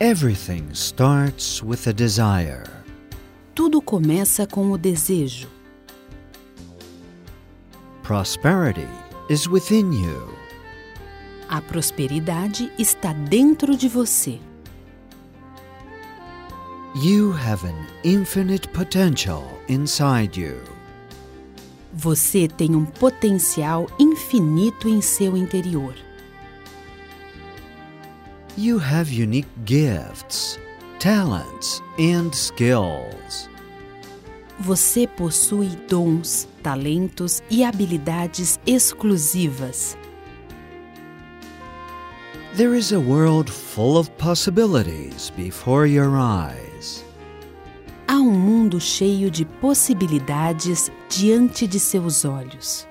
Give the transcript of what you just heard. Everything starts with a desire. Tudo começa com o desejo. Prosperity is within you. A prosperidade está dentro de você. You have an infinite potential inside you. Você tem um potencial infinito em seu interior. You have unique gifts, talents, and skills. Você possui dons, talentos e habilidades exclusivas. There is a world full of possibilities before your eyes. Há um mundo cheio de possibilidades diante de seus olhos.